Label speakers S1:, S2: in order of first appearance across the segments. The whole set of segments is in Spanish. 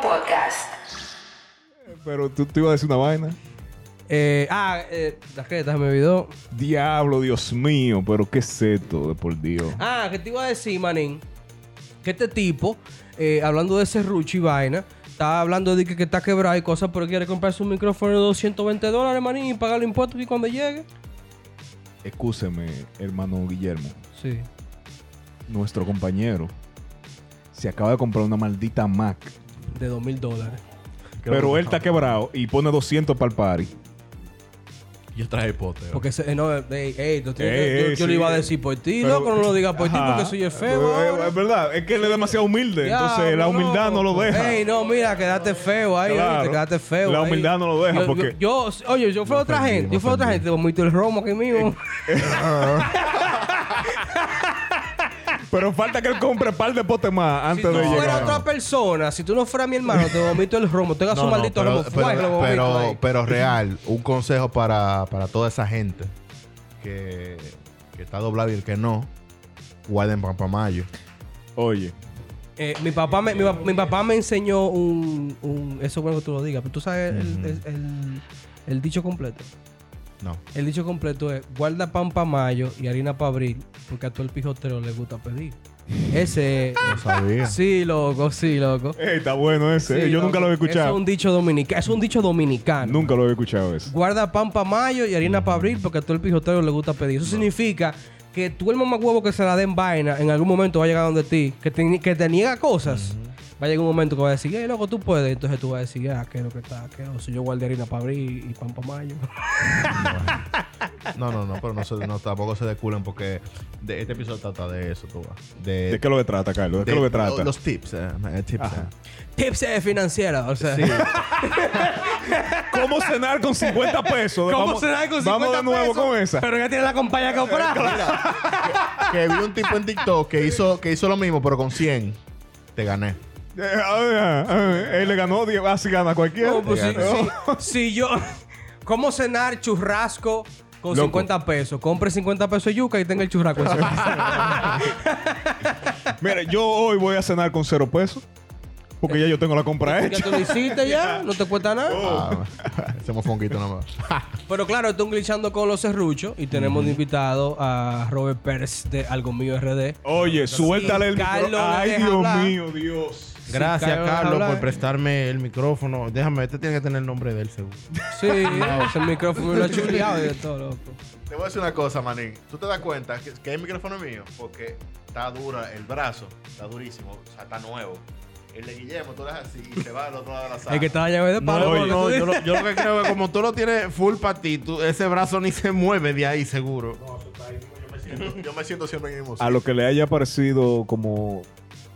S1: Podcast.
S2: Pero tú te ibas a decir una vaina.
S3: Eh, ah, eh, las cretas me olvidó.
S2: Diablo, Dios mío, pero qué seto de por Dios.
S3: Ah, que te iba a decir, manín, que este tipo, eh, hablando de serrucho y vaina, está hablando de que, que está quebrado y cosas, pero quiere comprarse un micrófono de 220 dólares, manín, y pagar los impuestos y cuando llegue.
S2: Excúseme, hermano Guillermo.
S3: Sí.
S2: Nuestro compañero se acaba de comprar una maldita Mac.
S3: De 2 mil dólares.
S2: Pero él está quebrado y pone 200 para el party.
S4: Yo traje pote.
S3: Porque ese- eh, no, eh, ey, ey, tú tienes
S2: Ey,
S3: que- yo,
S2: ey,
S3: yo
S2: eh, sí.
S3: lo iba a decir por ti,
S2: Pero-
S3: loco, no lo digas por ti
S2: Ajá.
S3: porque soy el feo.
S2: Eh,
S3: ahora.
S2: Es verdad, es que él es demasiado humilde.
S3: Ya, pues,
S2: entonces la
S3: loco.
S2: humildad no lo deja.
S3: Ey, no, mira, quedaste feo ahí,
S2: Claro.
S3: oíste, quedaste feo.
S2: La
S3: ahí.
S2: humildad no lo deja,
S3: Yo-
S2: porque-
S3: Yo, yo- oye, yo fui
S2: Me
S3: otra
S2: ofendí,
S3: gente,
S2: me
S3: yo fui otra
S2: ofendí.
S3: gente, vomito el romo aquí mismo.
S2: Pero falta que él compre un par de potes más
S3: Si
S2: antes
S3: tú
S2: de
S3: fueras
S2: llegar.
S3: otra persona, si tú no fueras mi hermano, te vomito el romo, te hagas un maldito
S4: pero,
S3: romo. fuá, y lo
S4: pero,
S3: vomito
S4: pero-
S3: ahí.
S4: pero real, un consejo para, para toda esa gente que, que está doblado y el que no, guarden pan para mayo.
S2: Oye,
S3: Eh, mi, papá me, mi, pa- mi papá me enseñó un, un- Eso es bueno que tú lo digas, pero tú sabes el, el- el- el dicho completo.
S4: No.
S3: El dicho completo es guarda pan para mayo y harina para abril, porque a todo el pijotero le gusta pedir. Ese es.
S4: No sabía.
S3: Sí, loco, sí, loco.
S2: ey, está bueno ese.
S3: Sí,
S2: eh. Yo nunca lo había
S3: loco. Eso
S2: escuchado.
S3: Es un dicho dominicano. Es un dicho dominicano.
S2: Nunca lo había escuchado ese.
S3: Guarda pan para mayo y harina para abril porque a todo el pijotero le gusta pedir. Eso significa que tú el mamá huevo que se la den vaina en algún momento va a llegar donde ti, que te, que te niega cosas. Va a llegar un momento que va a decir, hey, loco, tú puedes. Entonces tú vas a decir, ah, que lo que está, que si yo guardé harina para abril y pan para mayo.
S4: No, no, no, pero no, se, no tampoco se desculen porque de, este episodio trata de eso, tú vas. De,
S2: ¿De qué lo que trata, Carlos? ¿De, qué lo que trata?
S4: Los tips, eh, eh, tips.
S2: Ajá.
S4: eh.
S3: Tips eh, financieros. O sea,
S4: Sí.
S2: ¿Cómo cenar con 50 pesos?
S3: ¿Cómo
S2: Vamos-
S3: se da con 50
S2: Vamos de nuevo
S3: pesos?
S2: con esa.
S3: Pero ya tiene la compañía comprada.
S4: que vi un tipo en TikTok que hizo, que hizo lo mismo, pero con 100. Te gané.
S2: Eh, ah, ah, Él le ganó 10, así gana cualquiera.
S3: No, pues, si,
S2: Oh.
S3: si- si yo. ¿Cómo cenar churrasco con
S2: Loco.
S3: 50 pesos? Compre 50 pesos de yuca y tenga el churrasco. en su casa.
S2: Mira, yo hoy voy a cenar con cero pesos. Porque ya yo tengo la compra
S3: ya
S2: hecha.
S3: tú lo hiciste ya, no te cuesta nada.
S2: Oh.
S4: Ah, hacemos fonquito nomás.
S3: Pero claro, estoy glitchando con los serruchos y tenemos de invitado a Robert Pérez de Algo Mío RD.
S2: Oye, suéltale el
S3: Carlos,
S2: micro. Ay,
S3: deja
S2: Dios
S3: hablar.
S2: mío, Dios.
S5: Gracias,
S3: Carlos,
S5: Carlos,
S3: habla, eh.
S5: por prestarme el micrófono. Déjame, este tiene que tener el nombre del seguro.
S3: Sí, ese micrófono me lo ha chuleado y de todo, loco.
S4: Te voy a decir una cosa, manín. ¿Tú te das cuenta que, que el micrófono es mío? Porque está dura el brazo, está durísimo, o sea, está nuevo. El de Guillermo, tú eres así y se va al otro lado de la sala.
S3: El que estaba llave de
S5: No,
S3: palo.
S5: no,
S3: porque
S5: no,
S3: tú
S5: yo,
S3: dices-
S5: lo, yo lo que creo es que como tú lo tienes full para ti, tú- ese brazo ni se mueve de ahí, seguro.
S4: Yo me siento siempre en el mismo
S2: A lo que le haya parecido como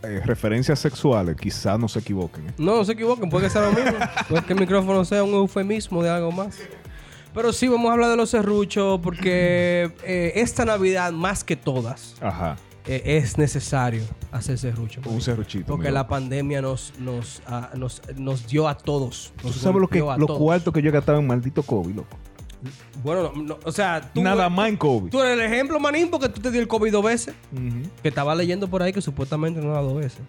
S2: eh, referencias sexuales, quizás no se equivoquen. ¿eh?
S3: No, no se equivoquen, puede que sea lo mismo. puede que el micrófono sea un eufemismo de algo más. Pero sí, vamos a hablar de los serruchos porque eh, esta Navidad, más que todas,
S2: Ajá.
S3: eh, es necesario hacer serrucho.
S2: Un serruchito.
S3: Porque
S2: amigo.
S3: la pandemia nos, nos, ah, nos, nos dio a todos.
S2: ¿Tú
S3: nos
S2: sabes lo que
S3: golpeó a
S2: lo
S3: todos.
S2: cuarto que yo gastaba en maldito COVID, loco?
S3: Bueno, no, no, o sea, tú,
S2: Nada más en COVID.
S3: tú eres el ejemplo, manín, porque tú te dio el COVID dos veces.
S2: Ujú.
S3: Que estaba leyendo por ahí que supuestamente no era dos veces.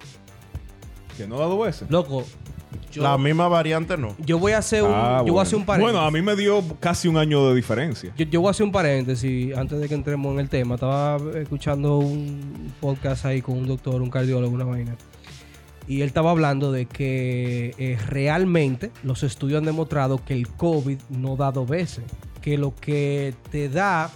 S2: Que no ha dado veces.
S3: Loco, yo,
S5: La misma variante no.
S3: yo voy a hacer un,
S2: Ah,
S3: yo voy a hacer un paréntesis.
S2: Bueno, a mí me dio casi un año de diferencia.
S3: Yo, yo voy a hacer un paréntesis antes de que entremos en el tema. Estaba escuchando un podcast ahí con un doctor, un cardiólogo, una vaina. Y él estaba hablando de que eh, realmente los estudios han demostrado que el COVID no da dos veces. Que lo que te da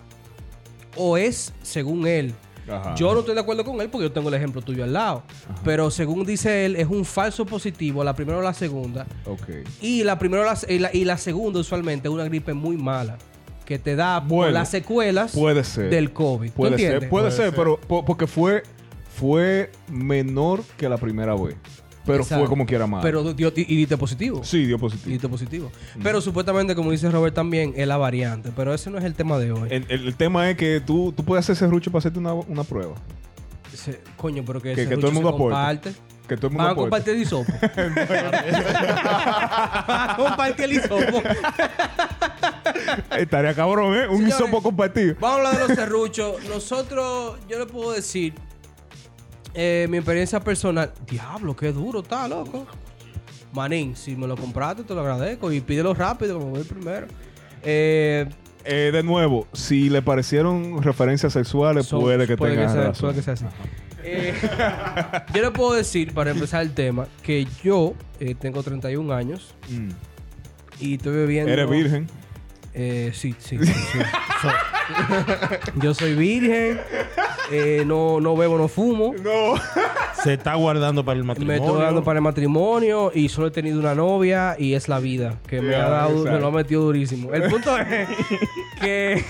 S3: o es, según él,
S2: Ajá.
S3: yo no estoy de acuerdo con él porque yo tengo el ejemplo tuyo al lado. Pero según dice él, es un falso positivo, la primera o la segunda.
S2: Ok.
S3: Y la primera o la- y la, y la segunda usualmente es una gripe muy mala que te da por
S2: Bueno,
S3: las secuelas
S2: Puede ser.
S3: del COVID. ¿Tú
S2: Puede
S3: entiendes?
S2: ser, puede, ser, pero po- porque fue, fue menor que la primera vez. Pero fue
S3: Exacto.
S2: como quiera más.
S3: Pero dio- y, y diste positivo.
S2: sí, Mm. dio positivo.
S3: Diste positivo. Pero supuestamente, como dice Robert también, es la variante. Pero ese no es el tema de hoy.
S2: El, el- el tema es que tú, tú puedes hacer ese rucho para hacerte una, una prueba.
S3: Ese- coño, pero que,
S2: Que-
S3: ese
S2: que todo el
S3: rucho se
S2: mundo aporte.
S3: comparte.
S2: Que todo el mundo
S3: Van a
S2: aporte.
S3: compartir el hisopo. Van a compartir el hisopo.
S2: Estaría cabrón, ¿eh? Un
S3: Señores.
S2: hisopo compartido.
S3: Vamos a hablar de los serruchos. Nosotros, yo le puedo decir eh, mi experiencia personal. Diablo, qué duro está, loco. Manín, si me lo compraste, te lo agradezco. Y pídelo rápido, como voy primero. Eh,
S2: Eh, de nuevo, si le parecieron referencias sexuales,
S3: so-
S2: puede que tengan
S3: sea-
S2: razón.
S3: puede que sea así. Eh, yo le puedo decir, para empezar el tema, que yo eh, tengo 31 años
S2: Mm.
S3: y estoy bebiendo.
S2: Eres virgen.
S3: Eh, sí, sí. sí, sí. So- yo soy virgen, eh, no, no bebo, no fumo.
S2: No.
S5: Se está guardando para el
S3: Me
S5: matrimonio.
S3: estoy dando para el matrimonio y solo he tenido una novia y es la vida que me
S2: Ya,
S3: ha dado, me
S2: exacto.
S3: lo ha metido durísimo. El punto es que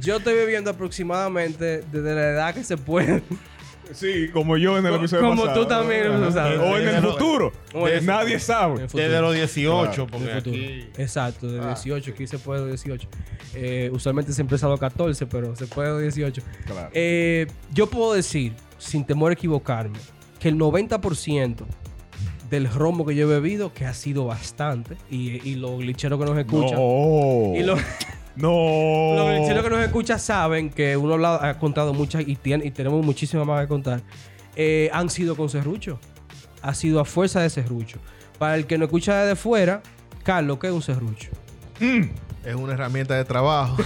S3: yo estoy bebiendo aproximadamente desde la edad que se puede.
S2: Sí, como yo en el
S3: Co-
S2: episodio
S3: como
S2: pasado.
S3: tú también,
S2: Ajá.
S3: o sea,
S2: O en el
S5: desde-
S2: futuro.
S3: O en el-
S2: Nadie sabe.
S3: En futuro.
S5: Desde los 18,
S2: Claro,
S5: porque
S3: Del futuro.
S5: aquí... Ah.
S3: Exacto, de 18, aquí se puede de 18. Eh, usualmente se empieza a los 14, pero se puede de 18.
S2: Claro.
S3: Eh, yo puedo decir, sin temor a equivocarme, que el 90% del romo que yo he bebido, que ha sido bastante, y, y los glitcheros que nos escuchan,
S2: No.
S3: y los,
S4: Oh.
S2: No.
S3: los glitcheros que nos escuchan saben que uno la- ha contado muchas y, tiene- y tenemos muchísimas más que contar, eh, han sido con serrucho. Ha sido a fuerza de serrucho. Para el que no escucha desde fuera, Carlos, ¿qué es un serrucho?
S4: Es una herramienta de trabajo.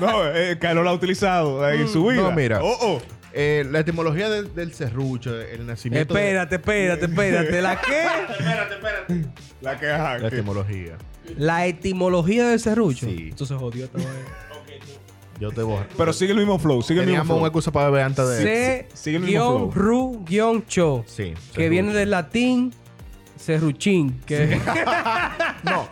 S2: No, eh, Carlos la ha utilizado
S3: Mm.
S2: en su vida.
S4: No, mira.
S2: Oh, oh.
S4: Eh, la etimología del, del serrucho, el nacimiento. de-
S3: Espérate, espérate, espérate. ¿La qué?
S5: Espérate, espérate.
S2: La que ajá,
S4: la
S2: que-
S4: etimología.
S3: La etimología del serrucho.
S4: Sí.
S3: Entonces jodió esta vaina.
S4: Yo te borro.
S2: Pero sigue el mismo flow. Sigue el mismo
S4: Teníamos
S2: flow.
S4: una excusa para beber antes de.
S3: C
S2: sigue el mismo flow.
S3: guión ru guión cho
S4: Sí,
S3: que
S4: serrucho.
S3: viene del latín serruchín que
S4: No, no,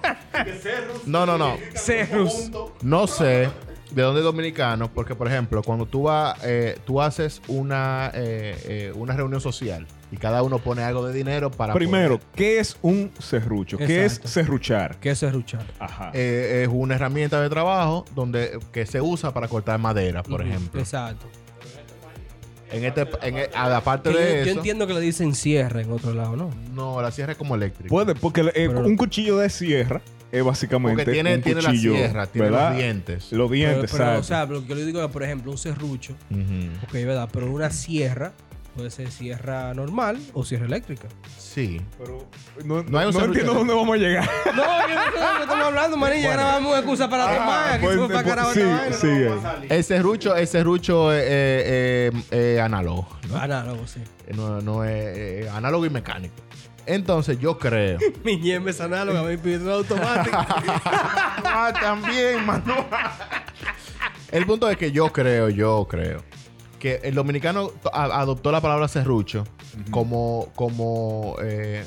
S4: no.
S3: serrus
S4: No sé de dónde es dominicano, porque por ejemplo, cuando tú vas, eh, tú haces una, eh, eh, una reunión social y cada uno pone algo de dinero para.
S2: Primero, ¿qué es un serrucho? ¿Qué es
S3: Exacto.
S2: serruchar?
S3: que es serruchar
S2: Ajá.
S4: poder. Eh, es una herramienta de trabajo donde que se usa para cortar madera, por
S3: Ujú,
S4: ejemplo.
S3: exacadto
S4: En este, en, eh, a la parte
S3: Que yo,
S4: de
S3: yo
S4: eso,
S3: entiendo que le dicen sierra en otro lado no
S4: no, la sierra es como eléctrica.
S2: Puede, porque eh,
S3: Pero-
S2: un cuchillo de sierra es básicamente.
S4: porque tiene,
S2: un
S4: tiene la
S2: cuchillo,
S4: sierra, tiene
S2: ¿verdad?
S4: los dientes.
S2: Los
S3: pero,
S2: dientes,
S3: pero, o
S2: exacto.
S3: sea lo que yo le digo es, por ejemplo un serrucho
S4: Ujú.
S3: ok verdad pero una sierra puede ser sierra normal o sierra eléctrica
S4: Sí.
S2: Pero no,
S4: No hay un
S2: no entiendo
S4: serrucho.
S2: dónde vamos a llegar.
S3: no yo no sé de lo que estamos hablando manilla ya grabamos excusa para tomar Ah, que
S2: Pues,
S3: fue para
S2: pues,
S3: carajo
S2: sí,
S3: esta vaina.
S2: sigue.
S4: El serrucho, el serrucho es eh, eh, eh, análogo.
S3: ah no, no, sí.
S4: No, no es eh, análogo y mecánico. Entonces yo creo.
S3: mi ñeme es análoga me pidió automático
S5: Ah, también, mano.
S4: El punto es que yo creo, yo creo que el dominicano to- a- adoptó la palabra serrucho como como eh,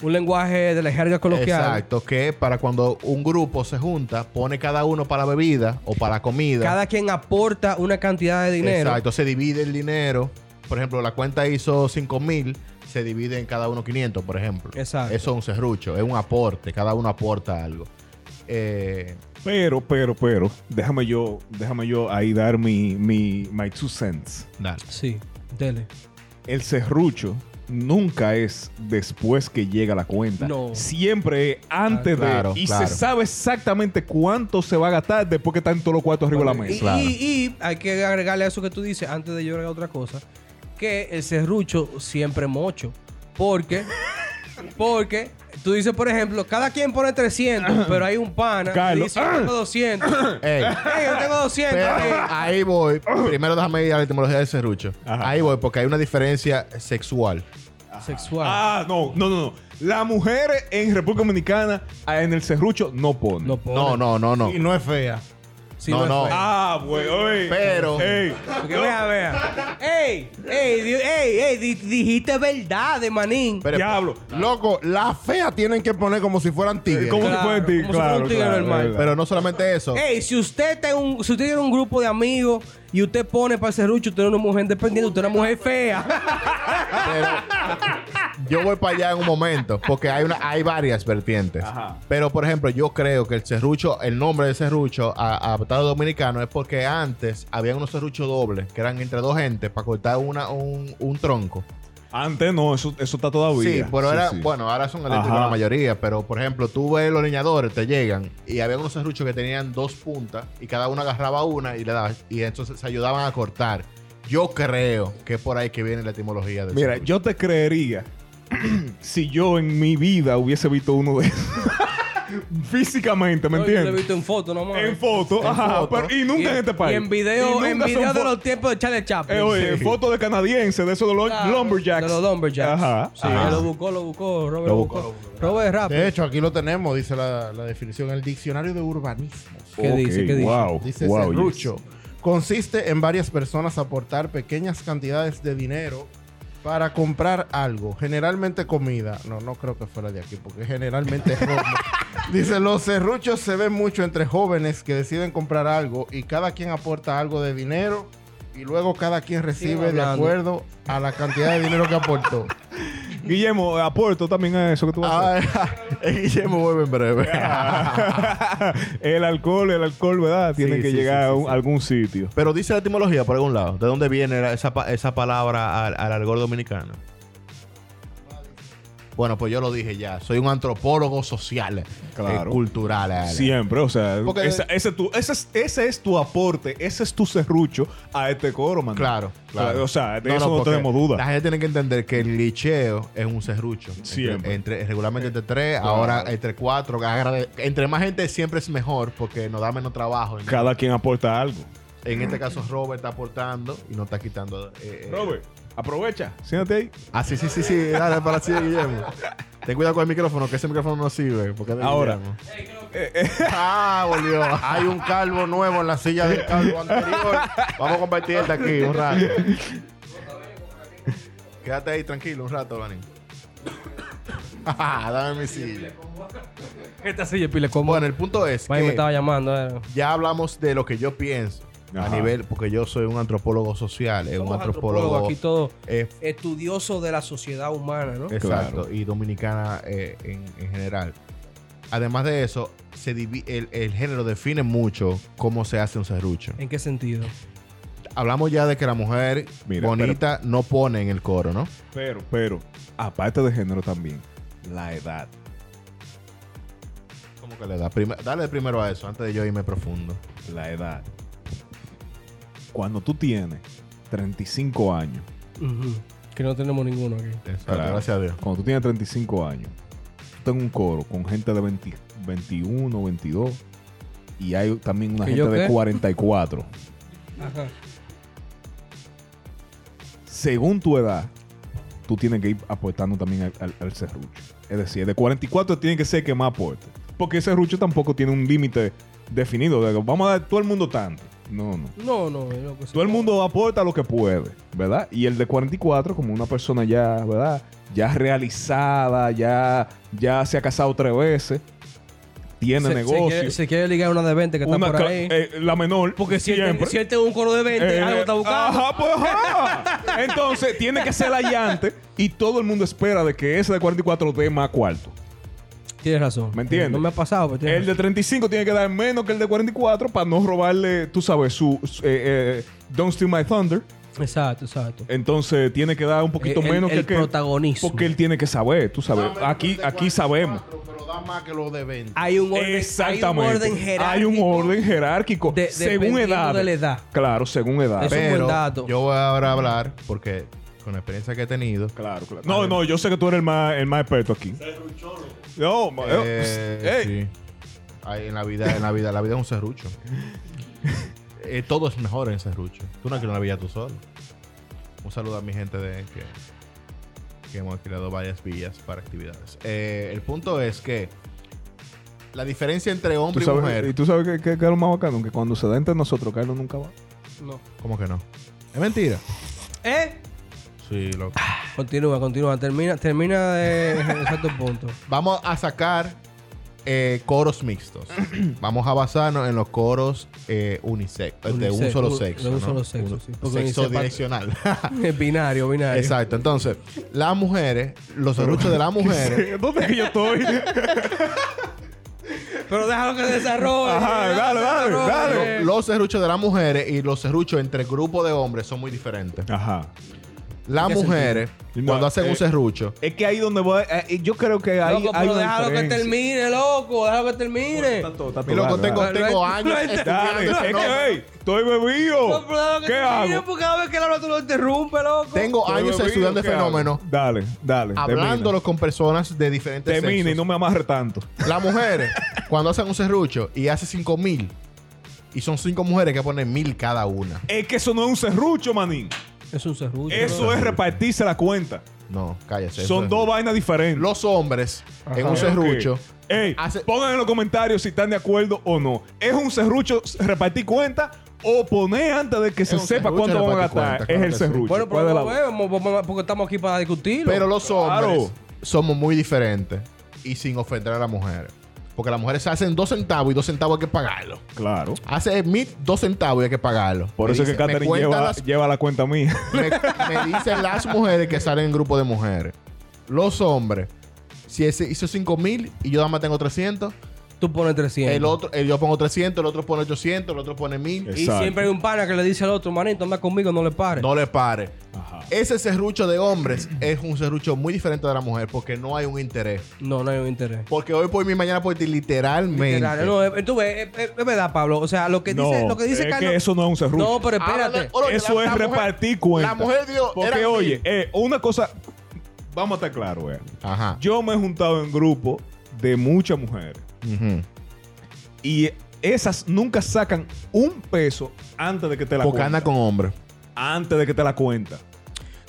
S3: un lenguaje de la jerga coloquial
S4: exacto que para cuando un grupo se junta pone cada uno para bebida o para comida
S3: Cada quien aporta una cantidad de dinero.
S4: exacto se divide el dinero por ejemplo la cuenta hizo 5 mil se divide en cada uno 500 por ejemplo
S3: Exacto.
S4: eso es un serrucho es un aporte cada uno aporta algo Eh,
S2: Pero, pero, pero, déjame yo, déjame yo ahí dar mi, mi my two cents.
S3: Sí, dele.
S2: El serrucho nunca es después que llega la cuenta.
S3: No.
S2: Siempre es antes
S4: Ah, claro,
S2: de. Y
S4: claro.
S2: se sabe exactamente cuánto se va a gastar después que están todos los cuartos arriba de la
S3: Y,
S2: mesa.
S4: Claro.
S3: y- y hay que agregarle a eso que tú dices, antes de yo agregar otra cosa, que el serrucho siempre mocho. Porque, porque tú dices, por ejemplo, cada quien pone 300, pero hay un pana que
S2: Carlos.
S3: dice, yo tengo 200. Ey,
S4: ey.
S3: yo tengo 200.
S4: Pero
S3: ey.
S4: ahí voy. Primero déjame ir a la etimología del serrucho.
S2: Ajá.
S4: Ahí voy porque hay una diferencia sexual.
S3: eh, Sexual.
S2: Ah, no, no, no, no. Las mujeres en República Dominicana ah, en el serrucho no ponen.
S3: no pone.
S4: No, no, no, no.
S5: Y no es fea.
S3: Sí,
S4: no,
S3: es
S4: no.
S3: feo.
S2: Ah, güey, oye.
S4: Pero-
S2: Ey.
S3: Porque vea, vea. Ey, ey, di- ey, ey, di- dijiste verdad de manín.
S4: Pero-
S2: Diablo.
S5: Loco, las feas tienen que poner como si fueran tigres.
S2: ¿Cómo
S3: Claro,
S2: se puede decir?
S3: como Eh, si fuera
S2: Claro,
S3: un tigre
S2: claro,
S3: normal.
S2: verdad.
S4: Pero no solamente eso.
S3: Ey, si usted, tiene un, si usted tiene un grupo de amigos y usted pone para el serrucho, usted es una mujer independiente, usted es una mujer fea.
S4: Yo voy para allá en un momento porque hay una, hay varias vertientes.
S2: Ajá.
S4: Pero por ejemplo, yo creo que el serrucho, el nombre del serrucho a- adaptado dominicano es porque antes había unos serruchos dobles que eran entre dos gentes para cortar una, un, un tronco.
S2: Antes no, eso, eso está todavía.
S4: Sí, pero era,
S2: Oh, sí.
S4: bueno, ahora son eléctricos
S2: Ajá.
S4: la mayoría, pero por ejemplo, tú ves los leñadores, te llegan y había unos serruchos que tenían dos puntas y cada uno agarraba una y le daba, y entonces se ayudaban a cortar. Yo creo que es por ahí que viene la etimología del
S2: Mira,
S4: serrucho.
S2: yo te creería si yo en mi vida hubiese visto uno de esos. Físicamente, ¿me
S3: No, Yo lo he
S2: entiendes?
S3: visto en foto, no mames.
S2: En foto, ajá, pero- y nunca en este país.
S3: Y en
S2: Y
S3: video,
S2: nunca
S3: en
S2: son
S3: video de
S2: fo-
S3: los tiempos de Charlie Chaplin.
S2: eh, oye,
S3: Sí.
S2: foto de canadiense, de esos de los
S3: Claro,
S2: lumberjacks.
S3: De los Lumberjacks.
S2: Ajá.
S3: Sí,
S2: ajá.
S3: lo buscó, lo buscó,
S2: Lo
S3: Robert lo
S2: buscó.
S3: buscó. Robert rápido.
S5: De hecho, aquí lo tenemos, dice la, la definición, el diccionario de urbanismos.
S3: ¿Qué
S2: Ok,
S3: dice? ¿Qué dice?
S2: Wow,
S5: Dice
S2: wow, yes.
S5: Serrucho. Consiste en varias personas aportar pequeñas cantidades de dinero para comprar algo, generalmente comida. No, no creo que fuera de aquí, porque generalmente es romo. Dice, los serruchos se ven mucho entre jóvenes que deciden comprar algo y cada quien aporta algo de dinero y luego cada quien recibe de
S3: hablando.
S5: acuerdo a la cantidad de dinero que aportó.
S2: Guillermo, eh, aporto también a eso que tú vas a hacer.
S5: Ah, Guillermo vuelve en breve.
S2: el alcohol, el alcohol, ¿verdad? Tiene
S4: Sí,
S2: que
S4: sí,
S2: llegar
S4: sí,
S2: a
S4: sí,
S2: un-
S4: sí.
S2: algún sitio.
S4: Pero dice la etimología por algún lado. ¿De dónde viene la- esa, pa- esa palabra al, al argor dominicano? Bueno, pues yo lo dije ya. Soy un antropólogo social, eh,
S2: Claro.
S4: cultural. eh.
S2: Siempre, o sea,
S5: Porque-
S2: esa- ese, es tu, ese, es, ese es tu aporte, ese es tu serrucho a este coro, man.
S4: Claro, claro.
S2: O sea, de
S4: No,
S2: eso no,
S4: porque
S2: tenemos duda.
S4: La gente tiene que entender que el licheo es un serrucho. Entre-
S2: Siempre.
S4: Entre, regularmente entre tres, ahora entre cuatro. agrade- Entre más gente siempre es mejor porque nos da menos trabajo. En,
S2: Cada quien aporta algo.
S4: en este caso, Robert está aportando y nos está quitando. eh, eh,
S2: Robert, aprovecha, siéntate ahí.
S4: Ah, sí, sí, sí, sí. Dale, para así, Guillermo. Ten cuidado con el micrófono, que ese micrófono no sirve. Porque es de
S2: Ahora.
S4: Guillermo.
S3: Eh,
S5: Ah, volvió. Hay un calvo nuevo en la silla del calvo anterior.
S4: Vamos a compartir este aquí un rato. Quédate ahí tranquilo un rato, Dani. Ah, Dame mi silla.
S3: Esta silla pile como.
S4: Bueno, el punto es
S3: Mike me
S4: que
S3: estaba llamando. eh. era.
S4: ya hablamos de lo que yo pienso
S2: Ajá.
S4: a nivel, porque yo soy un antropólogo social, eh, un
S3: Somos
S4: antropólogo.
S3: antropólogos aquí todos
S4: eh,
S3: estudiosos de la sociedad humana, ¿no?
S2: Eh.
S4: Exacto, y dominicana eh, en, en general. Además de eso, se divi- el, el género define mucho cómo se hace un serrucho.
S3: ¿En qué sentido?
S4: Hablamos ya de que la mujer
S2: Mira,
S4: bonita no pone en el coro, ¿no?
S2: Pero, pero, aparte de género también, la edad.
S4: ¿Cómo que le da? Prima- dale primero a eso, antes de yo irme profundo.
S2: La edad. Cuando tú tienes 35 años,
S3: Ujú. Que no tenemos ninguno aquí.
S4: Exacto,
S2: Claro.
S4: gracias a Dios.
S2: cuando tú tienes 35 años, tú tengo un coro con gente de 20 21, 22 y hay también una
S3: ¿Que yo
S2: gente de
S3: qué?
S2: 44.
S3: Ajá.
S2: Según tu edad, tú tienes que ir aportando también al, al- al serrucho. Es decir, de 44 tiene que ser que más aporte. Porque ese serrucho tampoco tiene un límite definido. de que vamos a dar todo el mundo tanto. No, no.
S3: No, no, es lo que se-
S2: Todo el mundo aporta lo que puede, ¿verdad? Y el de 44, como una persona ya, ¿verdad? Ya realizada, ya, ya se ha casado tres veces,
S3: Se-
S2: tiene
S3: se
S2: negocio.
S3: quiere- Se quiere ligar una de 20 que está
S2: una
S3: por
S2: cla-
S3: ahí.
S2: eh, la menor.
S3: Porque si él,
S2: siempre.
S3: te- si él te da un coro de 20,
S2: Eh,
S3: algo está buscando.
S2: Ajá, pues ajá. Entonces, tiene que ser la llante y todo el mundo espera de que ese de 44 dé más cuarto.
S3: Tienes razón.
S2: ¿Me entiendes?
S3: No me ha pasado, pero tienes
S2: El de 35 tiene que dar menos que el de 44 para no robarle, tú sabes, su... su- eh, eh, Don't Steal My Thunder.
S3: razón. Exacto, exacto.
S2: Entonces tiene que dar un poquito
S3: Eh, el-
S2: menos que
S3: el
S2: que
S3: protagonismo.
S2: Porque él tiene que saber, tú sabes. Aquí, aquí sabemos.
S5: Pero da más que lo de 20.
S3: Hay un orden,
S2: Exactamente.
S3: Hay un orden jerárquico.
S2: Hay un orden jerárquico.
S3: de-
S2: según
S3: dependiendo
S2: edad.
S3: de la edad.
S2: Claro, según edad.
S3: Eso- es un buen
S4: Pero
S3: dato.
S4: yo voy ahora a hablar, porque con la experiencia que he tenido,
S2: Claro, claro. No, no, yo sé que tú eres el más, el más experto aquí. No, ma-
S4: Eh,
S2: eh, ey.
S4: sí. Ay, en la vida, en la vida, la vida es un serrucho. Eh, todo es mejor en serrucho. Tú no quieres una vida tú solo. Un saludo a mi gente de que, que hemos alquilado varias villas para actividades. Eh, el punto es que la diferencia entre
S2: ¿Tú
S4: hombre y
S2: sabes-
S4: mujer.
S2: y tú sabes que, que- que es lo más bacano, que cuando se da entre nosotros, Carlos nunca va.
S3: No.
S4: ¿Cómo que no? Es mentira.
S3: ¿Eh?
S4: Sí, loco.
S3: Continúa, continúa. Termina, termina de exacto punto.
S4: Vamos a sacar eh, coros mixtos. Vamos a basarnos en los coros eh, unisex, de un
S3: Unisex,
S4: solo
S3: u-
S4: sexo.
S3: de un
S4: ¿no?
S3: solo sexo,
S4: Un-
S3: sí, porque
S4: Sexo
S3: unisex-
S4: direccional.
S3: Es binario, binario.
S4: Exacto. Entonces, las mujeres, los serruchos de las mujeres.
S2: ¿Dónde es que yo estoy?
S3: Pero déjalo que desarrolle.
S2: Ajá, dale,
S3: déjalo que
S2: dale,
S3: desarrolle.
S2: dale.
S4: Los serruchos de las mujeres y los serruchos entre grupos de hombres son muy diferentes.
S2: Ajá.
S5: Las
S3: ¿En qué
S5: mujeres,
S2: sentido?
S5: cuando
S2: No,
S5: hacen un
S2: eh,
S5: serrucho,
S2: Es que ahí donde voy. eh, yo creo que ahí.
S3: loco,
S2: hay
S3: pero
S2: una
S3: déjalo que
S2: diferencia.
S3: termine, loco. Déjalo que termine.
S2: Está todo, está todo.
S5: mi loco,
S2: Dale,
S5: tengo,
S2: dale.
S3: dale.
S5: tengo
S3: Dale,
S5: años
S3: dale.
S5: estudiando
S2: Dale,
S5: esa
S2: es
S5: norma.
S2: que, hey, estoy
S3: No, pero déjalo
S2: bebido.
S3: Este que
S2: ¿Qué
S3: termine, pues.
S2: hago?
S3: porque cada vez que él habla tú lo interrumpes, loco.
S5: Tengo
S2: Estoy
S5: años
S2: bebido,
S5: estudiando el
S2: ¿qué hago?
S5: fenómeno,
S2: Dale, dale.
S5: hablándolo con personas de diferentes
S2: Termina, termina y
S5: sexos.
S2: no me amarre tanto.
S5: Las mujeres,
S4: Cuando hacen un serrucho y hace 5000 y son cinco mujeres que ponen mil cada una.
S2: Es que eso no es un serrucho, manín.
S3: Es un serrucho.
S2: Eso es repartirse la cuenta.
S4: No, cállese. eso
S2: Son
S4: es-
S2: dos vainas diferentes.
S4: Los hombres en
S3: Ajá.
S4: un serrucho.
S2: Ok. Ey,
S4: Hace-
S2: pongan en los comentarios si están de acuerdo o no. ¿Es un serrucho repartir cuenta o poner antes de que se
S4: un
S2: sepa
S4: serrucho
S2: cuánto van a
S4: repartir
S2: gastar?
S4: cuenta,
S2: es
S4: claro
S2: el
S4: que sí.
S2: serrucho.
S3: Bueno,
S2: ¿Cuál
S3: pero
S2: es la-
S3: vamos, vamos, porque estamos aquí para discutirlo.
S4: Pero los
S2: Claro.
S4: hombres somos muy diferentes y sin ofender a las mujeres. Porque las mujeres hacen dos centavos y dos centavos hay que pagarlo.
S2: Claro.
S4: Hace mil, dos centavos y hay que pagarlo.
S2: Por
S4: Me
S2: eso es que
S4: dicen- me
S2: Catherine
S4: cuentan
S2: lleva,
S4: las-
S2: lleva la cuenta mía.
S4: me, me dicen las mujeres que salen en grupo de mujeres. Los hombres, si ese hizo 5 mil y yo nada más tengo 300,
S3: Tú pones 300.
S4: el otro, el yo pongo 300, el otro pone 800, el otro pone 1000.
S3: y
S2: Exacto.
S3: siempre hay un pana que le dice al otro, manito, anda conmigo, no le pares.
S4: No le pare.
S2: Ajá.
S4: Ese serrucho de hombres es un serrucho muy diferente de la mujer porque no hay un interés.
S3: No, no hay un interés.
S4: Porque hoy por mi mañana por ti, literalmente.
S3: Literal, no, eh, tú ves, eh, eh, es verdad, Pablo. O sea, lo que dice,
S2: No,
S3: lo que dice
S2: es
S3: Carlos.
S2: que eso no es un serrucho.
S3: no, pero
S4: Ahora,
S3: espérate.
S4: ahora,
S2: eso
S4: la-
S2: es
S4: la mujer-
S2: repartir cuenta.
S4: La mujer dio.
S2: Porque,
S4: eran
S2: oye,
S4: mil.
S2: eh, una cosa... Vamos a estar claros, güey.
S4: Ajá.
S2: Yo me he juntado en grupo de muchas mujeres.
S4: Ujú.
S2: Y esas nunca sacan un peso antes de que te la
S4: Porque
S2: cuenta.
S4: anda con hombres.
S2: Antes de que te la cuenta.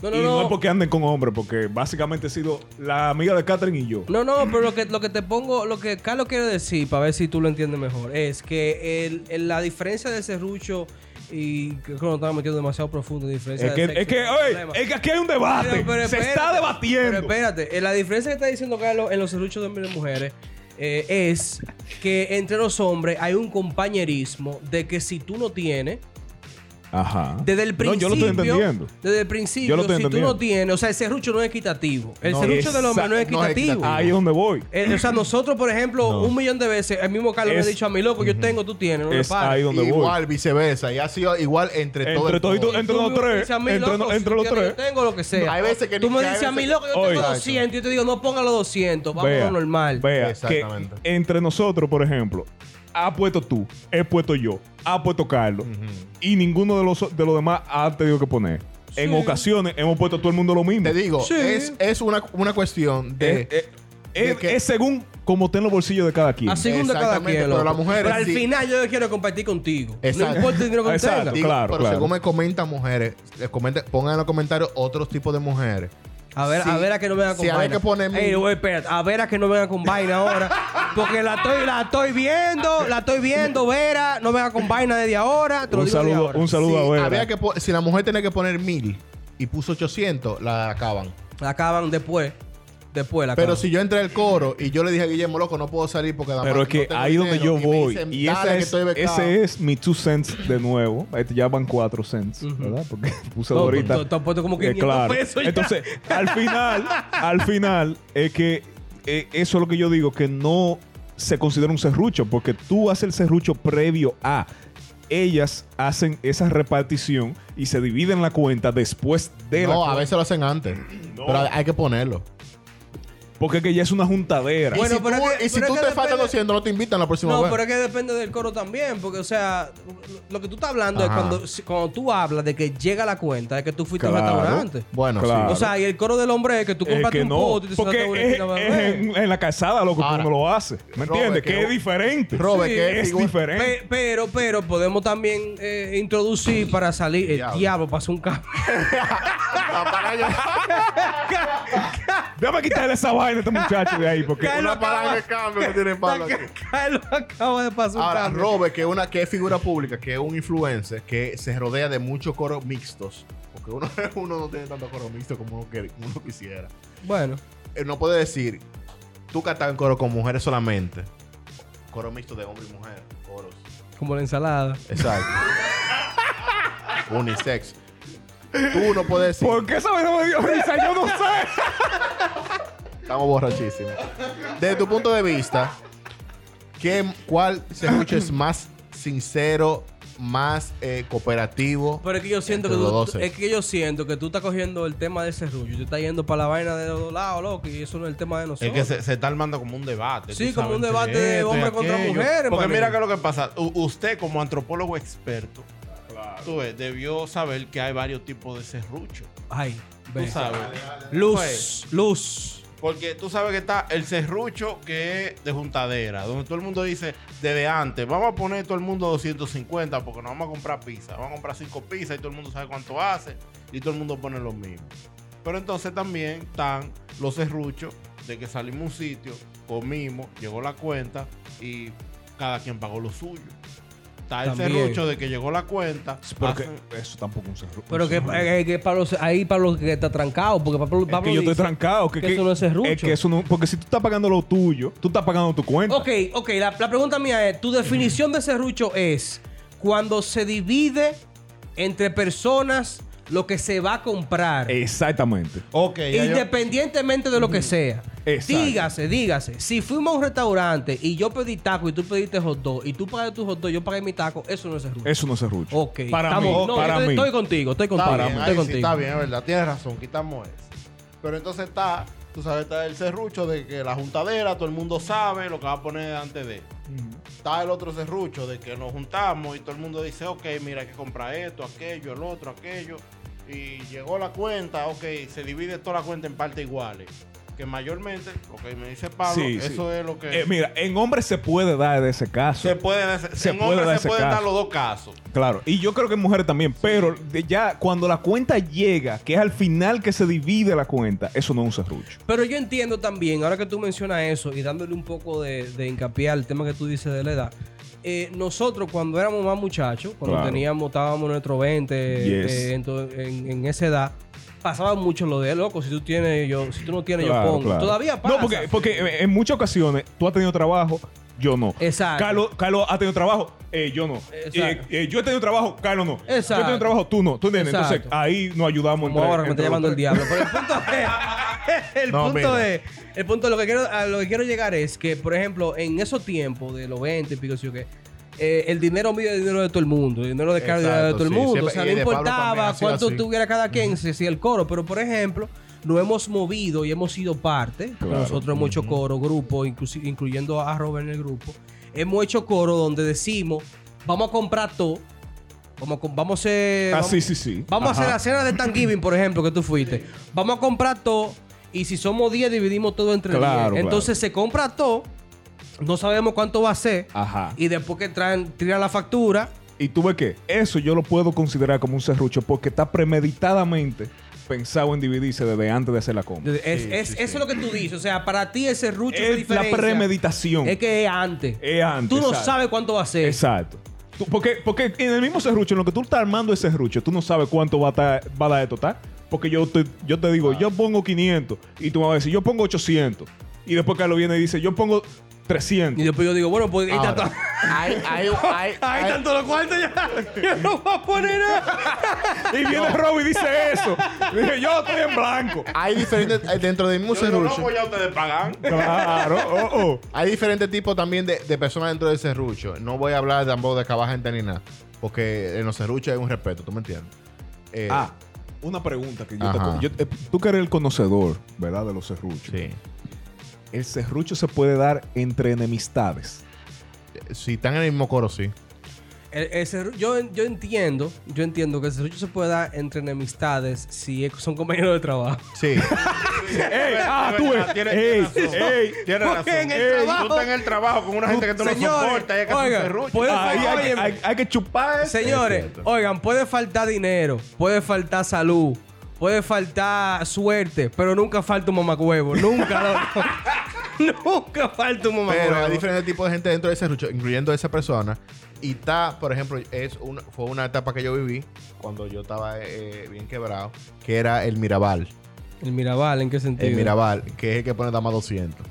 S3: no, no,
S2: y no,
S3: no.
S2: es porque anden con hombres, porque básicamente he sido la amiga de Catherine y yo.
S3: No, no, pero lo que, lo que te pongo, lo que Carlos quiere decir, para ver si tú lo entiendes mejor, es que el- el- la diferencia del serrucho y creo que nos estamos metiendo demasiado profundo en diferencia
S2: Es que,
S3: de sexo
S2: es, que,
S3: y
S2: oye,
S3: problemas.
S2: es que aquí hay un debate.
S3: Pero- pero
S2: Se
S3: espérate,
S2: está debatiendo.
S3: Pero espérate, eh, la diferencia que está diciendo Carlos en los serruchos de hombres y mujeres eh, es que entre los hombres hay un compañerismo de que si tú no tienes,
S2: Ajá.
S3: desde el
S2: No,
S3: principio.
S2: yo lo estoy entendiendo.
S3: Desde el principio,
S2: Yo lo estoy
S3: si tú
S2: entendiendo.
S3: no tienes, o sea, el serrucho no es equitativo. El
S2: No,
S3: serrucho del hombre no es
S4: exacto, no es
S3: equitativo.
S4: equitativo.
S2: Ahí es donde voy.
S3: Eh, o sea, nosotros, por ejemplo,
S2: No.
S3: un millón de veces, el mismo Carlos me
S2: Es-
S3: ha dicho a mi loco, yo tengo, tú tienes, no le
S2: es ahí
S3: pares.
S2: donde voy.
S4: Igual, viceversa. Y ha sido igual entre, todo
S2: Entre
S4: el
S2: todito-
S4: mundo.
S2: entre
S3: Tú
S2: los
S3: me
S2: tres,
S3: dices a mí,
S2: entre
S3: loco,
S2: no-
S3: si
S2: entre los
S3: tienes,
S2: tres.
S3: Yo tengo lo que sea.
S4: Hay veces que
S3: Tú
S4: ni-
S3: me
S4: que hay
S3: dices a mí,
S4: veces-
S3: loco, yo
S2: Oye.
S3: tengo
S2: Exacto.
S3: 200. Yo te digo, no ponga los 200, vamos a
S2: Vea,
S3: lo normal.
S2: Vea, que
S4: Exactamente.
S2: entre nosotros, por ejemplo, ha puesto tú, he puesto yo, ha puesto Carlos, y ninguno de los, de los demás ha tenido que poner. En
S3: Sí.
S2: ocasiones hemos puesto todo el mundo lo mismo.
S4: Te digo,
S3: Sí.
S4: es, es una, una cuestión de.
S2: Es, es- es-
S4: que-
S2: es según como estén los bolsillos de cada quien.
S3: Así segunda cada
S4: Exactamente,
S3: quien.
S4: pero
S3: loco.
S4: las mujeres
S3: Pero al
S4: sí.
S3: final yo quiero compartir contigo. No
S4: Exacto.
S3: importa el dinero que
S2: Exacto.
S3: tengas.
S4: digo,
S2: claro,
S4: pero
S2: claro.
S4: según me comentan mujeres, les comenten- pongan en los comentarios otros tipos de mujeres.
S3: A ver,
S4: Sí.
S3: a ver a que no venga con
S4: Sí, a ver
S3: vaina.
S4: que ponen-
S3: Ey, güey, espérate, a ver a que no venga con vaina ahora. Porque la estoy, la estoy viendo, la estoy viendo, Vera. No venga con vaina desde ahora. Te lo
S2: un
S3: digo desde
S2: saludo,
S3: ahora.
S2: un saludo
S4: si,
S2: a
S4: había
S2: Vera.
S4: que po- si la mujer tenía que poner mil y puso 800, la acaban.
S3: La acaban después. Después la
S4: Pero
S3: acaban.
S4: si yo entré al coro y yo le dije a Guillermo, loco, no puedo salir porque nada
S2: Pero
S4: más
S2: es que
S4: no tengo
S2: ahí donde yo
S4: dinero", y me
S2: voy.
S4: dicen,
S2: y
S4: "Dale,
S2: esa
S4: que
S2: es,
S4: estoy becado".
S2: ese es mi two cents de nuevo. Este ya van cuatro cents, ¿verdad? Porque puse
S3: No,
S2: ahorita.
S3: tú- tú has puesto como
S2: Eh,
S3: 500
S2: claro.
S3: pesos ya.
S2: Entonces, al final, al final, es que eh, eso es lo que yo digo, que no se considera un serrucho, porque tú haces el serrucho previo a. Ellas hacen esa repartición y se dividen la cuenta después de la
S4: No, a
S2: cuenta.
S4: veces lo hacen antes.
S2: No.
S4: Pero hay que ponerlo.
S2: Porque es que ya es una juntadera.
S3: Bueno,
S4: y si
S3: pero
S4: tú,
S3: es que-
S4: y si
S3: pero es
S4: tú
S3: que
S4: te faltan
S3: depende-
S4: 200, no te invitan la próxima
S3: No,
S4: vez.
S3: pero es que depende del coro también, porque, o sea, lo que tú estás hablando
S4: Ajá.
S3: es cuando, si- cuando tú hablas de que llega la cuenta, de que tú fuiste a un
S2: Claro.
S3: restaurante.
S4: Bueno,
S2: Claro.
S3: O sea, y el coro del hombre es que tú
S2: Es
S3: compraste
S2: que
S3: un
S2: no,
S3: pote y te
S2: porque
S3: sentaste
S2: es,
S3: en una
S2: es
S3: esquina,
S2: en, en la casada lo que
S4: Ahora,
S2: uno lo hace. ¿Me
S4: Robert,
S2: entiendes?
S4: que
S2: Que es
S4: Ro-
S2: diferente.
S4: Robert,
S3: Sí,
S4: que
S2: es
S4: igual-
S2: diferente.
S3: Pe- pero, pero podemos también eh, introducir para salir. El
S4: Diablo.
S3: diablo pasó un cable.
S2: Déjame quitarle esa vaina a este muchacho de ahí. Porque
S3: Carlos
S4: Una palanca de cambio que tiene Pablo aquí.
S3: Carlos acaba de pasar un
S4: Ahora,
S3: cable.
S4: Robert, que es una que es figura pública, que es un influencer, que se rodea de muchos coros mixtos. Porque uno, uno no tiene tanto coro mixto como uno, quer- como uno quisiera.
S3: Bueno,
S4: Él no puede decir, tú cantas en coro con mujeres solamente. Coro mixto de hombre y mujer. Coros.
S3: como la ensalada.
S4: Exacto. Unisex. Tú no puedes decir,
S2: ¿Por qué esa vaina me dio risa? Yo no sé.
S4: estamos borrachísimos. Desde tu punto de vista, ¿qué, ¿cuál serrucho es más sincero más eh, cooperativo.
S3: Pero es que yo siento que
S4: entre
S3: tú,
S4: los doce.
S3: es que yo siento que tú estás cogiendo el tema del serrullo, tú estás yendo para la vaina de los dos lados, loco, y eso no es el tema de
S4: Es
S3: nosotros.
S4: que se, se está armando como un debate.
S3: Sí,
S4: tú
S3: como un
S4: sabes,
S3: debate
S4: entre
S3: de
S4: esto y
S3: hombre contra
S4: aquello.
S3: mujer,
S4: Porque
S3: hermano.
S4: mira que lo que pasa. U- usted, como antropólogo experto, tú ves, debió saber que hay varios tipos de serrucho.
S3: Ay,
S4: Tú
S3: ve.
S4: sabes. Pues,
S3: Luz, luz.
S4: Porque tú sabes que está el serrucho que es de juntadera, donde todo el mundo dice desde antes, vamos a poner todo el mundo 250 porque nos vamos a comprar pizza, vamos a comprar cinco pizzas y todo el mundo sabe cuánto hace y todo el mundo pone lo mismo. Pero entonces también están los serruchos de que salimos a un sitio, comimos, llegó la cuenta y cada quien pagó lo suyo. Está el
S3: También.
S4: serrucho de que llegó la cuenta.
S2: Pero que
S4: hacen-
S2: eso tampoco es un serrucho.
S3: Ah, Pero que,
S2: Es
S3: eh, que Pablo, se- ahí Pablo que está trancado, porque Pablo,
S2: que
S3: Pablo
S2: yo estoy
S3: dice-
S2: trancado. Que,
S3: que eso no es serrucho.
S2: que eso no. Porque si tú estás pagando lo tuyo, tú estás pagando tu cuenta.
S3: Ok, ok, la, la pregunta mía es, tu definición de serrucho es cuando se divide entre personas lo que se va a comprar.
S2: Eh, Exactamente.
S5: Ok, ya yo-
S3: Independientemente de lo que sea.
S2: Exacto.
S3: Dígase, dígase. Si fuimos a un restaurante y yo pedí taco y tú pediste hot dog y tú pagaste tu hot dog, yo pagué mi taco, eso no es serrucho.
S2: Eso no es serrucho.
S3: Ok.
S2: Para
S3: estamos-
S2: mí.
S3: no,
S2: para
S3: yo estoy,
S2: mí.
S3: estoy contigo, estoy contigo.
S5: Está bien,
S3: estoy
S5: ahí sí,
S3: contigo.
S5: está bien, es verdad. Tienes razón, quitamos eso.
S4: Pero entonces está, tú sabes, está el serrucho de que la juntadera, todo el mundo sabe lo que va a poner delante de. Está el otro serrucho de que nos juntamos y todo el mundo dice, ok, mira, hay que comprar esto, aquello, el otro, aquello. Y llegó la cuenta, ok, se divide toda la cuenta en partes iguales. Que mayormente, lo que me dice Pablo,
S2: Sí, sí.
S4: eso es lo que
S2: Eh, mira, en hombres se puede dar ese caso.
S4: se puede en
S2: se
S4: en
S2: puede
S4: hombres
S2: dar
S4: se
S2: ese
S4: pueden dar
S2: caso.
S4: los dos casos.
S2: Claro, y yo creo que en mujeres también, pero de ya cuando la cuenta llega, que es al final que se divide la cuenta, eso no es un serrucho.
S3: Pero yo entiendo también, ahora que tú mencionas eso y dándole un poco de, de hincapié al tema que tú dices de la edad, eh, nosotros cuando éramos más muchachos, cuando
S2: Claro.
S3: teníamos, estábamos en nuestro 20,
S2: Yes.
S3: eh, ento- en, en esa edad, pasaba mucho lo de loco, si tú tienes yo, si tú no tienes
S2: Claro,
S3: yo pongo.
S2: claro.
S3: Todavía pasa.
S2: No, porque, porque en- en muchas ocasiones tú has tenido trabajo, yo no.
S3: Exacto.
S2: Carlos, Carlos ha tenido trabajo, eh, yo no. Eh,
S3: Exacto.
S2: eh, yo he tenido trabajo, Carlos no. Yo he
S3: Exacto.
S2: tenido trabajo, tú no. ¿Tú entiendes? Entonces
S3: Exacto.
S2: ahí nos ayudamos.
S3: Como
S2: entre-
S3: ahora que me está
S2: entre
S3: llamando
S2: los
S3: el
S2: tres.
S3: diablo. Pero el punto es. El
S4: No,
S3: punto
S4: mira.
S3: es. El punto, lo que quiero, a lo que quiero llegar es que, por ejemplo, en esos tiempos de los 20 y pico, sí o qué. eh, el dinero mío era el dinero de todo el mundo, el dinero de Carlos era el dinero de todo el
S4: Exacto, sí.
S3: mundo.
S4: Siempre-
S3: o sea,
S4: y
S3: no
S4: de Pablo también
S3: importaba
S4: ha sido
S3: cuánto
S4: así.
S3: tuviera cada quien, si hacía el coro. Pero, por ejemplo, nos hemos movido y hemos sido parte. porque
S2: Claro.
S3: Nosotros hemos hecho coro, grupo, inclusi- incluyendo a Robert en el grupo. Hemos hecho coro donde decimos, vamos a comprar todo. Vamos a, com- vamos a ser-
S2: Ah,
S3: vamos-
S2: sí, sí, sí.
S3: Vamos a
S2: Ajá.
S3: hacer la cena de Thanksgiving, por ejemplo, que tú fuiste. Vamos a comprar todo y si somos 10 dividimos todo entre 10.
S2: Claro,
S3: Entonces se compra todo, no sabemos cuánto va a ser
S2: Ajá.
S3: y después que traen tiran la factura,
S2: Y tú ves que eso yo lo puedo considerar como un serrucho porque está premeditadamente pensado en dividirse desde antes de hacer la compra.
S3: es, es-
S4: sí,
S3: eso es lo que tú dices, o sea, para ti ese rucho de
S2: Es la
S3: diferencia
S2: premeditación.
S3: es que es antes.
S2: Es antes,
S3: Tú no
S2: exacto.
S3: sabes cuánto va a ser.
S2: Exacto. Tú- porque, porque en el mismo serrucho, en lo que tú estás armando ese serrucho, tú no sabes cuánto va a, estar- va a dar de total. Porque yo te, yo te digo, yo pongo 500 y tú me vas a decir, yo pongo 800. Y después Carlos viene y dice, yo pongo 300.
S3: Y después yo digo, bueno, pues ahí está
S4: Ahora.
S3: todo.
S5: Hay, hay, hay,
S3: Ahí
S5: hay-
S3: están todos los cuartos ya. Yo no voy a poner nada.
S2: Y viene Rob y dice eso. Dije, yo estoy en blanco.
S5: hay diferentes. hay- Dentro del mismo
S4: Yo digo, no,
S5: serrucho,
S4: pues ya ustedes pagan.
S2: Claro, oh, oh.
S5: hay diferentes tipos también de, de personas dentro del serrucho. No voy a hablar tampoco de acabar gente ni nada. Porque en los serruchos hay un respeto, ¿tú me entiendes? Eh,
S2: Ah, una pregunta que yo, te,
S5: Ajá.
S2: yo- eh, Tú que eres el conocedor, ¿verdad? De los serruchos.
S5: Sí.
S2: El serrucho se puede dar entre enemistades.
S5: Si están en el mismo coro, sí.
S3: El- el serru- yo, yo entiendo, yo entiendo que el serrucho se puede dar entre enemistades si es- son compañeros de trabajo.
S5: Sí.
S2: ¡Ey! ¡Ah, tú
S4: Tienes-
S2: ves!
S4: tienes
S2: ¡Ey!
S4: razón.
S2: ¡Ey!
S4: Tienes
S3: Porque
S4: razón.
S3: en el
S4: Ey,
S3: trabajo-
S4: tú estás en el trabajo con una gente que tú no
S3: Señores,
S4: soportas y es que es un
S3: oiga,
S4: serrucho.
S3: puede-
S2: Ahí hay, que-
S3: Oye.
S2: hay- hay que chupar. ese-
S3: Señores,
S5: cierto.
S3: oigan, puede faltar dinero, puede faltar salud, puede faltar suerte, pero nunca falta un mamacuevo. Nunca, loco. nunca falta un
S5: Pero hay
S3: mamacuevo.
S5: diferentes tipos de gente dentro de ese serrucho, incluyendo a esa persona. Y está, por ejemplo, es una, fue una etapa que yo viví cuando yo estaba eh, bien quebrado, que era el Mirabal.
S3: El Mirabal, ¿en qué sentido?
S5: El Eh, Mirabal, que es el que pone dama Uh, 200.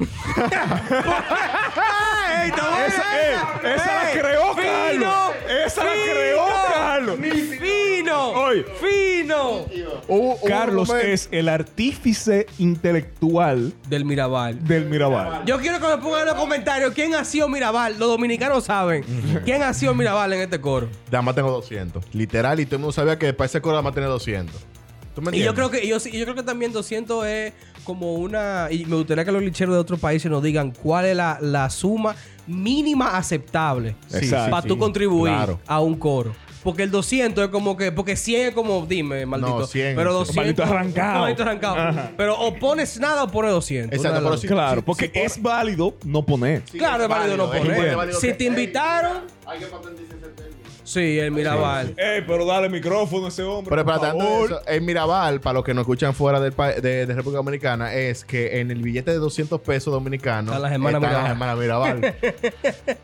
S3: ¡Ah,
S2: ¡Esa, eh, esa la creó Carlos! ¡Esa la creó Carlos!
S3: ¡Fino!
S2: Oye.
S3: ¡Fino!
S6: Hubo-
S5: uh,
S6: hubo un
S2: Carlos
S6: momento-
S2: es el artífice intelectual
S3: Del Mirabal.
S2: del Mirabal.
S3: Yo quiero que me pongan en los comentarios quién ha sido Mirabal. Los dominicanos saben quién ha sido Mirabal en este coro.
S5: Dama tengo 200. Literal, y todo el mundo sabía que para ese coro Dama tenía 200. ¿Tú me entiendes?
S3: Y yo creo que yo, sí- yo creo que también 200 es como una y me gustaría que los licheros de otros países nos digan cuál es la, la suma mínima aceptable
S5: Sí,
S2: Exacto.
S3: para
S5: sí,
S3: tú
S5: sí.
S3: contribuir
S5: Claro.
S3: a un coro. Porque el 200 es como que porque 100 es como dime, maldito.
S5: 100,
S3: pero
S5: sí.
S3: 200
S2: Maldito arrancado.
S3: Maldito arrancado.
S2: Ajá.
S3: Pero o pones nada o pones 200.
S5: Exacto,
S3: una de
S5: pero
S3: las
S5: sí,
S3: dos.
S2: Claro,
S5: sí,
S2: porque
S5: sí, por-
S2: es válido no poner.
S5: Sí,
S3: claro, es válido no
S5: es
S3: poner.
S5: igual de válido
S3: si
S5: que-
S3: te invitaron,
S6: Hay que patentarse ese término.
S3: sí, el Mirabal.
S2: ¡Ey, pero dale micrófono a ese hombre!
S5: Pero
S2: por
S5: para tanto,
S2: favor.
S5: eso, el Mirabal, para los que nos escuchan fuera del pa- de, de República Dominicana, es que en el billete de 200 pesos dominicanos
S3: Están las hermanas
S5: están las
S3: Mirabal.
S5: hermanas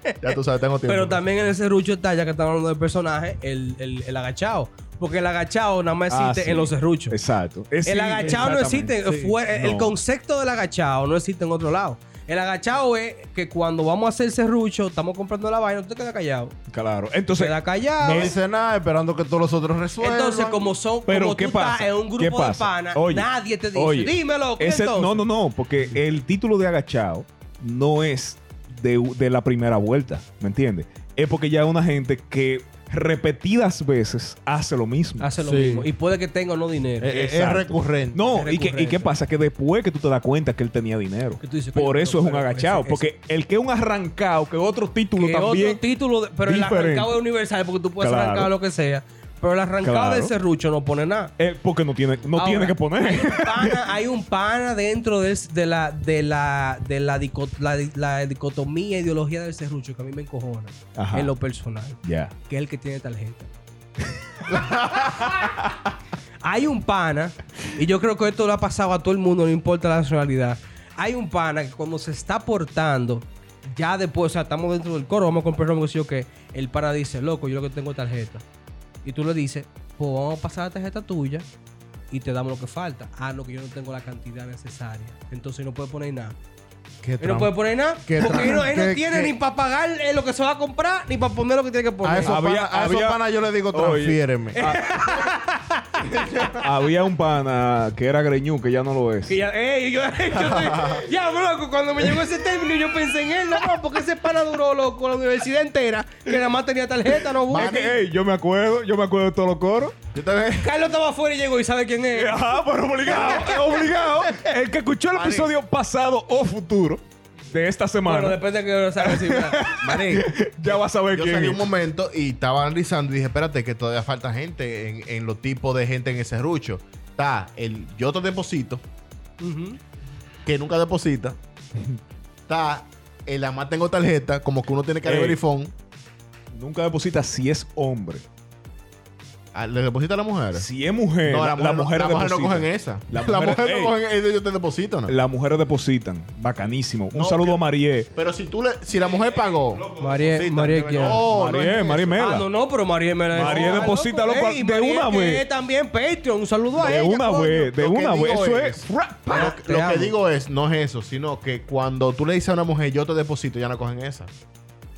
S5: Mirabal. ya tú sabes, tengo tiempo.
S3: Pero también en ese rucho está, ya que estamos hablando del personaje, el, el, el agachado. Porque el agachado nada más
S2: Ah,
S3: existe
S2: sí.
S3: en los serruchos.
S2: Exacto. Es-
S3: el
S2: sí,
S3: agachado no
S2: exactamente.
S3: existe. fue- el- El
S2: No.
S3: concepto del agachado no existe en otro lado. El agachado es que cuando vamos a hacer serrucho, estamos comprando la vaina, usted queda callado.
S2: Claro. Entonces,
S3: Se da callado.
S6: No dice nada, esperando que todos los otros resuelvan.
S3: Entonces, como son,
S2: Pero
S3: como
S2: ¿qué
S3: tú
S2: pasa?
S3: estás en un
S2: ¿Qué
S3: grupo de
S2: pasa?
S3: panas,
S2: Oye,
S3: nadie te dice,
S2: oye,
S3: dímelo, ¿qué
S2: ese-
S3: entonces?
S2: no, no, no, porque el título de agachado no es de, de la primera vuelta, ¿me entiendes? Es porque ya es una gente que repetidas veces hace lo mismo.
S3: Hace lo
S6: Sí.
S3: mismo. Y puede que tenga o no dinero.
S6: Eh, eh, es
S2: Exacto.
S6: recurrente.
S2: no,
S3: es
S2: y, que, y qué
S3: recurrente.
S2: pasa? Que después que tú te das cuenta que él tenía dinero.
S3: Que tú dices,
S2: Por
S3: coño,
S2: eso es
S3: pero-
S2: un
S3: pero
S2: agachado.
S3: ese-
S2: porque el que es un arrancado, que otro título
S3: que
S2: también.
S3: otro título, de- pero el
S2: diferente.
S3: arrancado es universal porque tú puedes
S2: Claro.
S3: arrancar lo que sea. Pero el arrancado
S2: Claro.
S3: de serrucho no pone nada.
S2: eh, porque no tiene, no
S3: Ahora,
S2: tiene que poner.
S3: Hay un pana, hay un pana dentro del- de, la de la de la, dico- la di- la dicotomía ideología del serrucho que a mí me encojona
S2: Ajá.
S3: en lo personal,
S2: ya.
S3: que es el que tiene tarjeta. hay un pana y yo creo que esto lo ha pasado a todo el mundo, no importa la nacionalidad. Hay un pana que cuando se está portando ya después, o sea, estamos dentro del coro, vamos a comprar un yo que el pana dice, loco, yo lo que tengo es tarjeta. Y tú le dices, pues vamos a pasar la tarjeta tuya y te damos lo que falta. Ah, no, que yo no tengo la cantidad necesaria. Entonces no puede poner nada.
S6: Qué
S3: Él no
S6: trampa.
S3: puede poner nada porque
S6: Qué
S3: él no,
S6: trampa.
S3: él no
S6: Qué-
S3: tiene
S6: qué-
S3: ni para pagar eh, lo que se va a comprar ni para poner lo que tiene que poner.
S6: A esos
S2: Había-
S6: panas- a esos
S2: había-
S6: panas yo le digo,
S2: Oye. Ah.
S6: transfiéreme.
S2: Había un pana que era greñú, que ya no lo es.
S3: Que ya, ey, yo, yo estoy- ya, loco, cuando me llegó ese término yo pensé en él, no, no, porque ese pana duró, loco, la universidad entera, que nada más tenía tarjeta, no
S2: Es que,
S3: busca.
S2: ey, yo me acuerdo, yo me acuerdo de todos los coros.
S5: Yo también.
S3: Carlos estaba afuera y llegó y sabe quién
S5: Eh,
S3: es.
S2: Ajá, pero obligado, obligado. El que escuchó el episodio pasado o futuro de esta
S3: Bueno,
S2: semana,
S3: depende de que lo salga así, ¿verdad?
S5: Marín,
S2: ya va a saber
S5: yo
S2: quién
S5: salí un
S2: es.
S5: momento y estaba analizando y dije, espérate, que todavía falta gente en, en los tipos de gente en ese rucho. Está el yo te deposito,
S3: Ujú.
S5: que nunca deposita. Está el además tengo tarjeta, como que uno tiene que
S2: Ey.
S5: abrir el iPhone.
S2: Nunca deposita si es hombre.
S5: Ah, ¿Le deposita a la mujer?
S2: Si es mujer,
S5: No,
S2: la,
S5: la mujer, no-
S2: mujer
S5: la mujer no
S2: deposita.
S5: cogen esa.
S2: La
S5: La
S2: mujer- eh.
S5: mujer,
S2: ey.
S5: no cogen esa, ellos te depositan. ¿no?
S2: Las mujeres depositan. Bacanísimo. Un
S5: No,
S2: saludo
S5: que-
S2: a Marie.
S5: Pero si tú le, si la mujer pagó.
S3: María,
S5: depositan,
S3: María,
S5: debe-
S3: ¿quién?
S5: No, no
S2: Marie,
S5: es
S2: Marie
S5: eso.
S2: Mela.
S3: Ah, no, no, pero María me la Ah,
S2: María, deposita, loco,
S3: ey,
S2: de
S3: María
S2: una
S3: que
S2: vez.
S3: es también Patreon, un saludo a
S2: De
S3: ella.
S2: una
S3: coño.
S2: vez, de
S5: Lo que
S2: una vez.
S5: digo
S2: Eso
S5: es-
S2: es. fra- pa.
S5: Lo,
S3: Ah, Te
S5: lo
S3: amo.
S5: que digo es, no es eso, sino que cuando tú le dices a una mujer, yo te deposito, ya no cogen esa.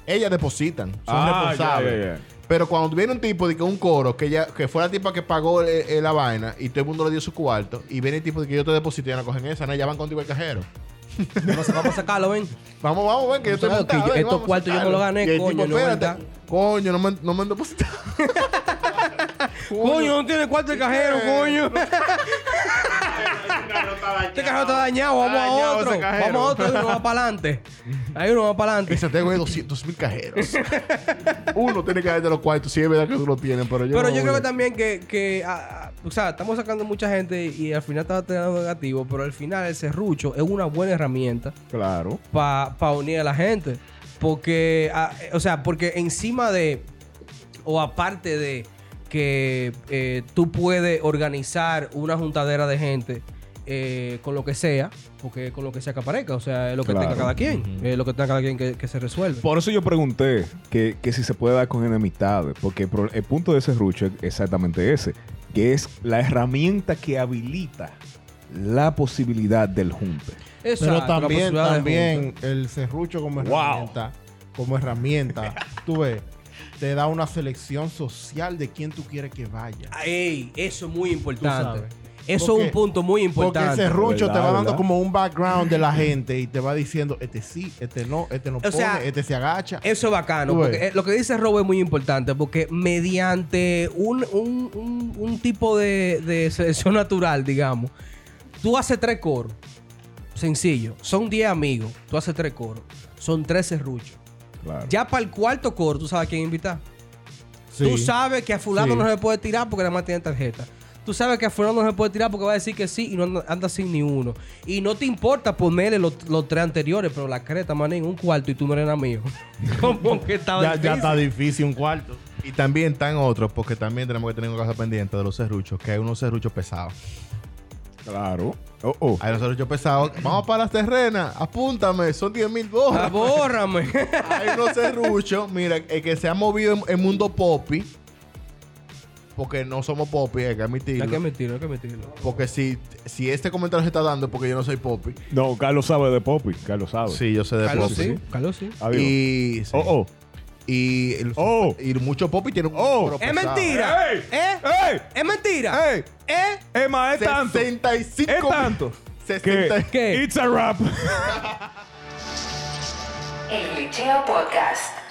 S5: Ellas depositan, son
S2: Ah, ya,
S5: responsables.
S2: ya, ya.
S5: Pero cuando viene un tipo de que un coro, que ya, que fue la tipa que pagó eh, eh, la vaina y todo el mundo le dio su cuarto, y viene el tipo de que yo te deposito, ya no cogen esa, no, ya van contigo al cajero.
S3: Vamos a, vamos a sacarlo, ven.
S5: Vamos, vamos, ven, que yo estoy
S3: Claro,
S5: montado,
S3: que yo-
S5: ven,
S3: estos
S5: vamos,
S3: cuartos yo me
S5: sacalo.
S3: los gané,
S5: Y el
S3: coño,
S5: tipo,
S3: no van a
S5: espérate, coño, no me, no me han depositado.
S3: Coño, no tiene cuarto el cajero, coño. Este cajero está dañado, vamos
S5: Está
S3: a
S5: dañado
S3: otro.
S5: ese cajero.
S3: Vamos a otro, hay uno va para adelante. Hay uno va para
S5: En
S3: adelante.
S5: Santiago hay 200 mil cajeros. Uno tiene que darte los cuartos. Sí, es verdad que tú lo tienes, pero yo.
S3: Pero
S5: no
S3: yo creo
S5: voy
S3: que
S5: a-
S3: también que, que, ah, ah, o sea, estamos sacando mucha gente y al final estaba teniendo negativo, pero al final el serrucho es una buena herramienta
S2: Claro.
S3: para unir a la gente. Porque, ah, eh, o sea, porque encima de, o aparte de que eh, tú puedes organizar una juntadera de gente eh, con lo que sea, porque con lo que sea que aparezca, o sea, es lo que
S2: Claro.
S3: tenga cada quien, es lo que tenga cada quien que, que se resuelve.
S2: Por eso yo pregunté que, que si se puede dar con enemistades, porque el, pro- el punto de ese rucho es exactamente ese, que es la herramienta que habilita la posibilidad del junte.
S5: Pero
S3: Exacto, la
S5: también,
S3: posibilidad de
S5: también el serrucho como
S2: Wow.
S5: herramienta, como herramienta, tú ves, te da una selección social de quién tú quieres que vaya.
S3: junta. Ey, eso es muy
S5: Tú
S3: importante.
S5: sabes.
S3: Eso
S5: Porque-
S3: es un punto muy
S5: Porque el
S3: importante.
S5: serrucho te
S2: ¿Verdad,
S5: va dando
S2: verdad?
S5: como un background de la gente y te va diciendo, este sí, este no, este no
S3: O
S5: pone,
S3: sea,
S5: este se agacha.
S3: Eso es bacano.
S5: Tú ves.
S3: porque, eh, lo que dice Robo es muy importante porque mediante un, un- un- un tipo de, de selección natural, digamos, tú haces tres coros. Sencillo. Son 10 amigos. Tú haces tres coros. Son 13 ruchos.
S2: Claro.
S3: Ya para el cuarto coro, tú sabes a quién invitar. Tú sabes que a fulano
S5: Sí.
S3: no se le puede tirar porque nada más tiene tarjeta. Tú sabes que a fulano no se puede tirar porque va a decir que sí y no anda, anda sin ni uno. Y no te importa ponerle los, los tres anteriores, pero la creta, man, en un cuarto y tú no eres amigo. ¿Cómo que está
S5: ya, ya
S3: difícil?
S5: está difícil un cuarto.
S4: Y también están otros, porque también tenemos que tener una cosa pendiente de los serruchos, que hay unos serruchos pesados.
S2: Claro. Oh, oh.
S4: Hay unos serruchos pesados. Vamos para las terrenas, apúntame, son 10 mil
S3: Ah,
S4: bolas.
S3: bórrame.
S4: Hay unos serruchos, mira, el que se ha movido en el mundo popi, porque no somos popi, hay que
S3: hay que
S4: admitirlo.
S3: mentirlo, hay que mentirlo.
S4: Porque si, si este comentario se está dando, es porque yo no soy popi.
S2: No, Carlos sabe de Poppy. Carlos sabe.
S4: Sí, yo sé de
S3: Carlos
S4: popi.
S3: sí, Carlos sí.
S2: Adiós.
S4: Y, sí.
S2: Oh, oh.
S4: y, el-
S2: Oh.
S4: y muchos popi tienen un
S2: Oh.
S4: coro
S3: Es
S4: pesado.
S3: mentira.
S2: ¡Ey!
S3: ¿Eh?
S2: ¡Ey!
S3: Es mentira.
S2: ¡Ey!
S3: ¿Eh?
S2: Emma, es tanto.
S4: 65
S2: Es tanto.
S4: sesenta-
S2: Que
S3: ¿Qué?
S2: It's a rap.
S1: El Liceo Podcast.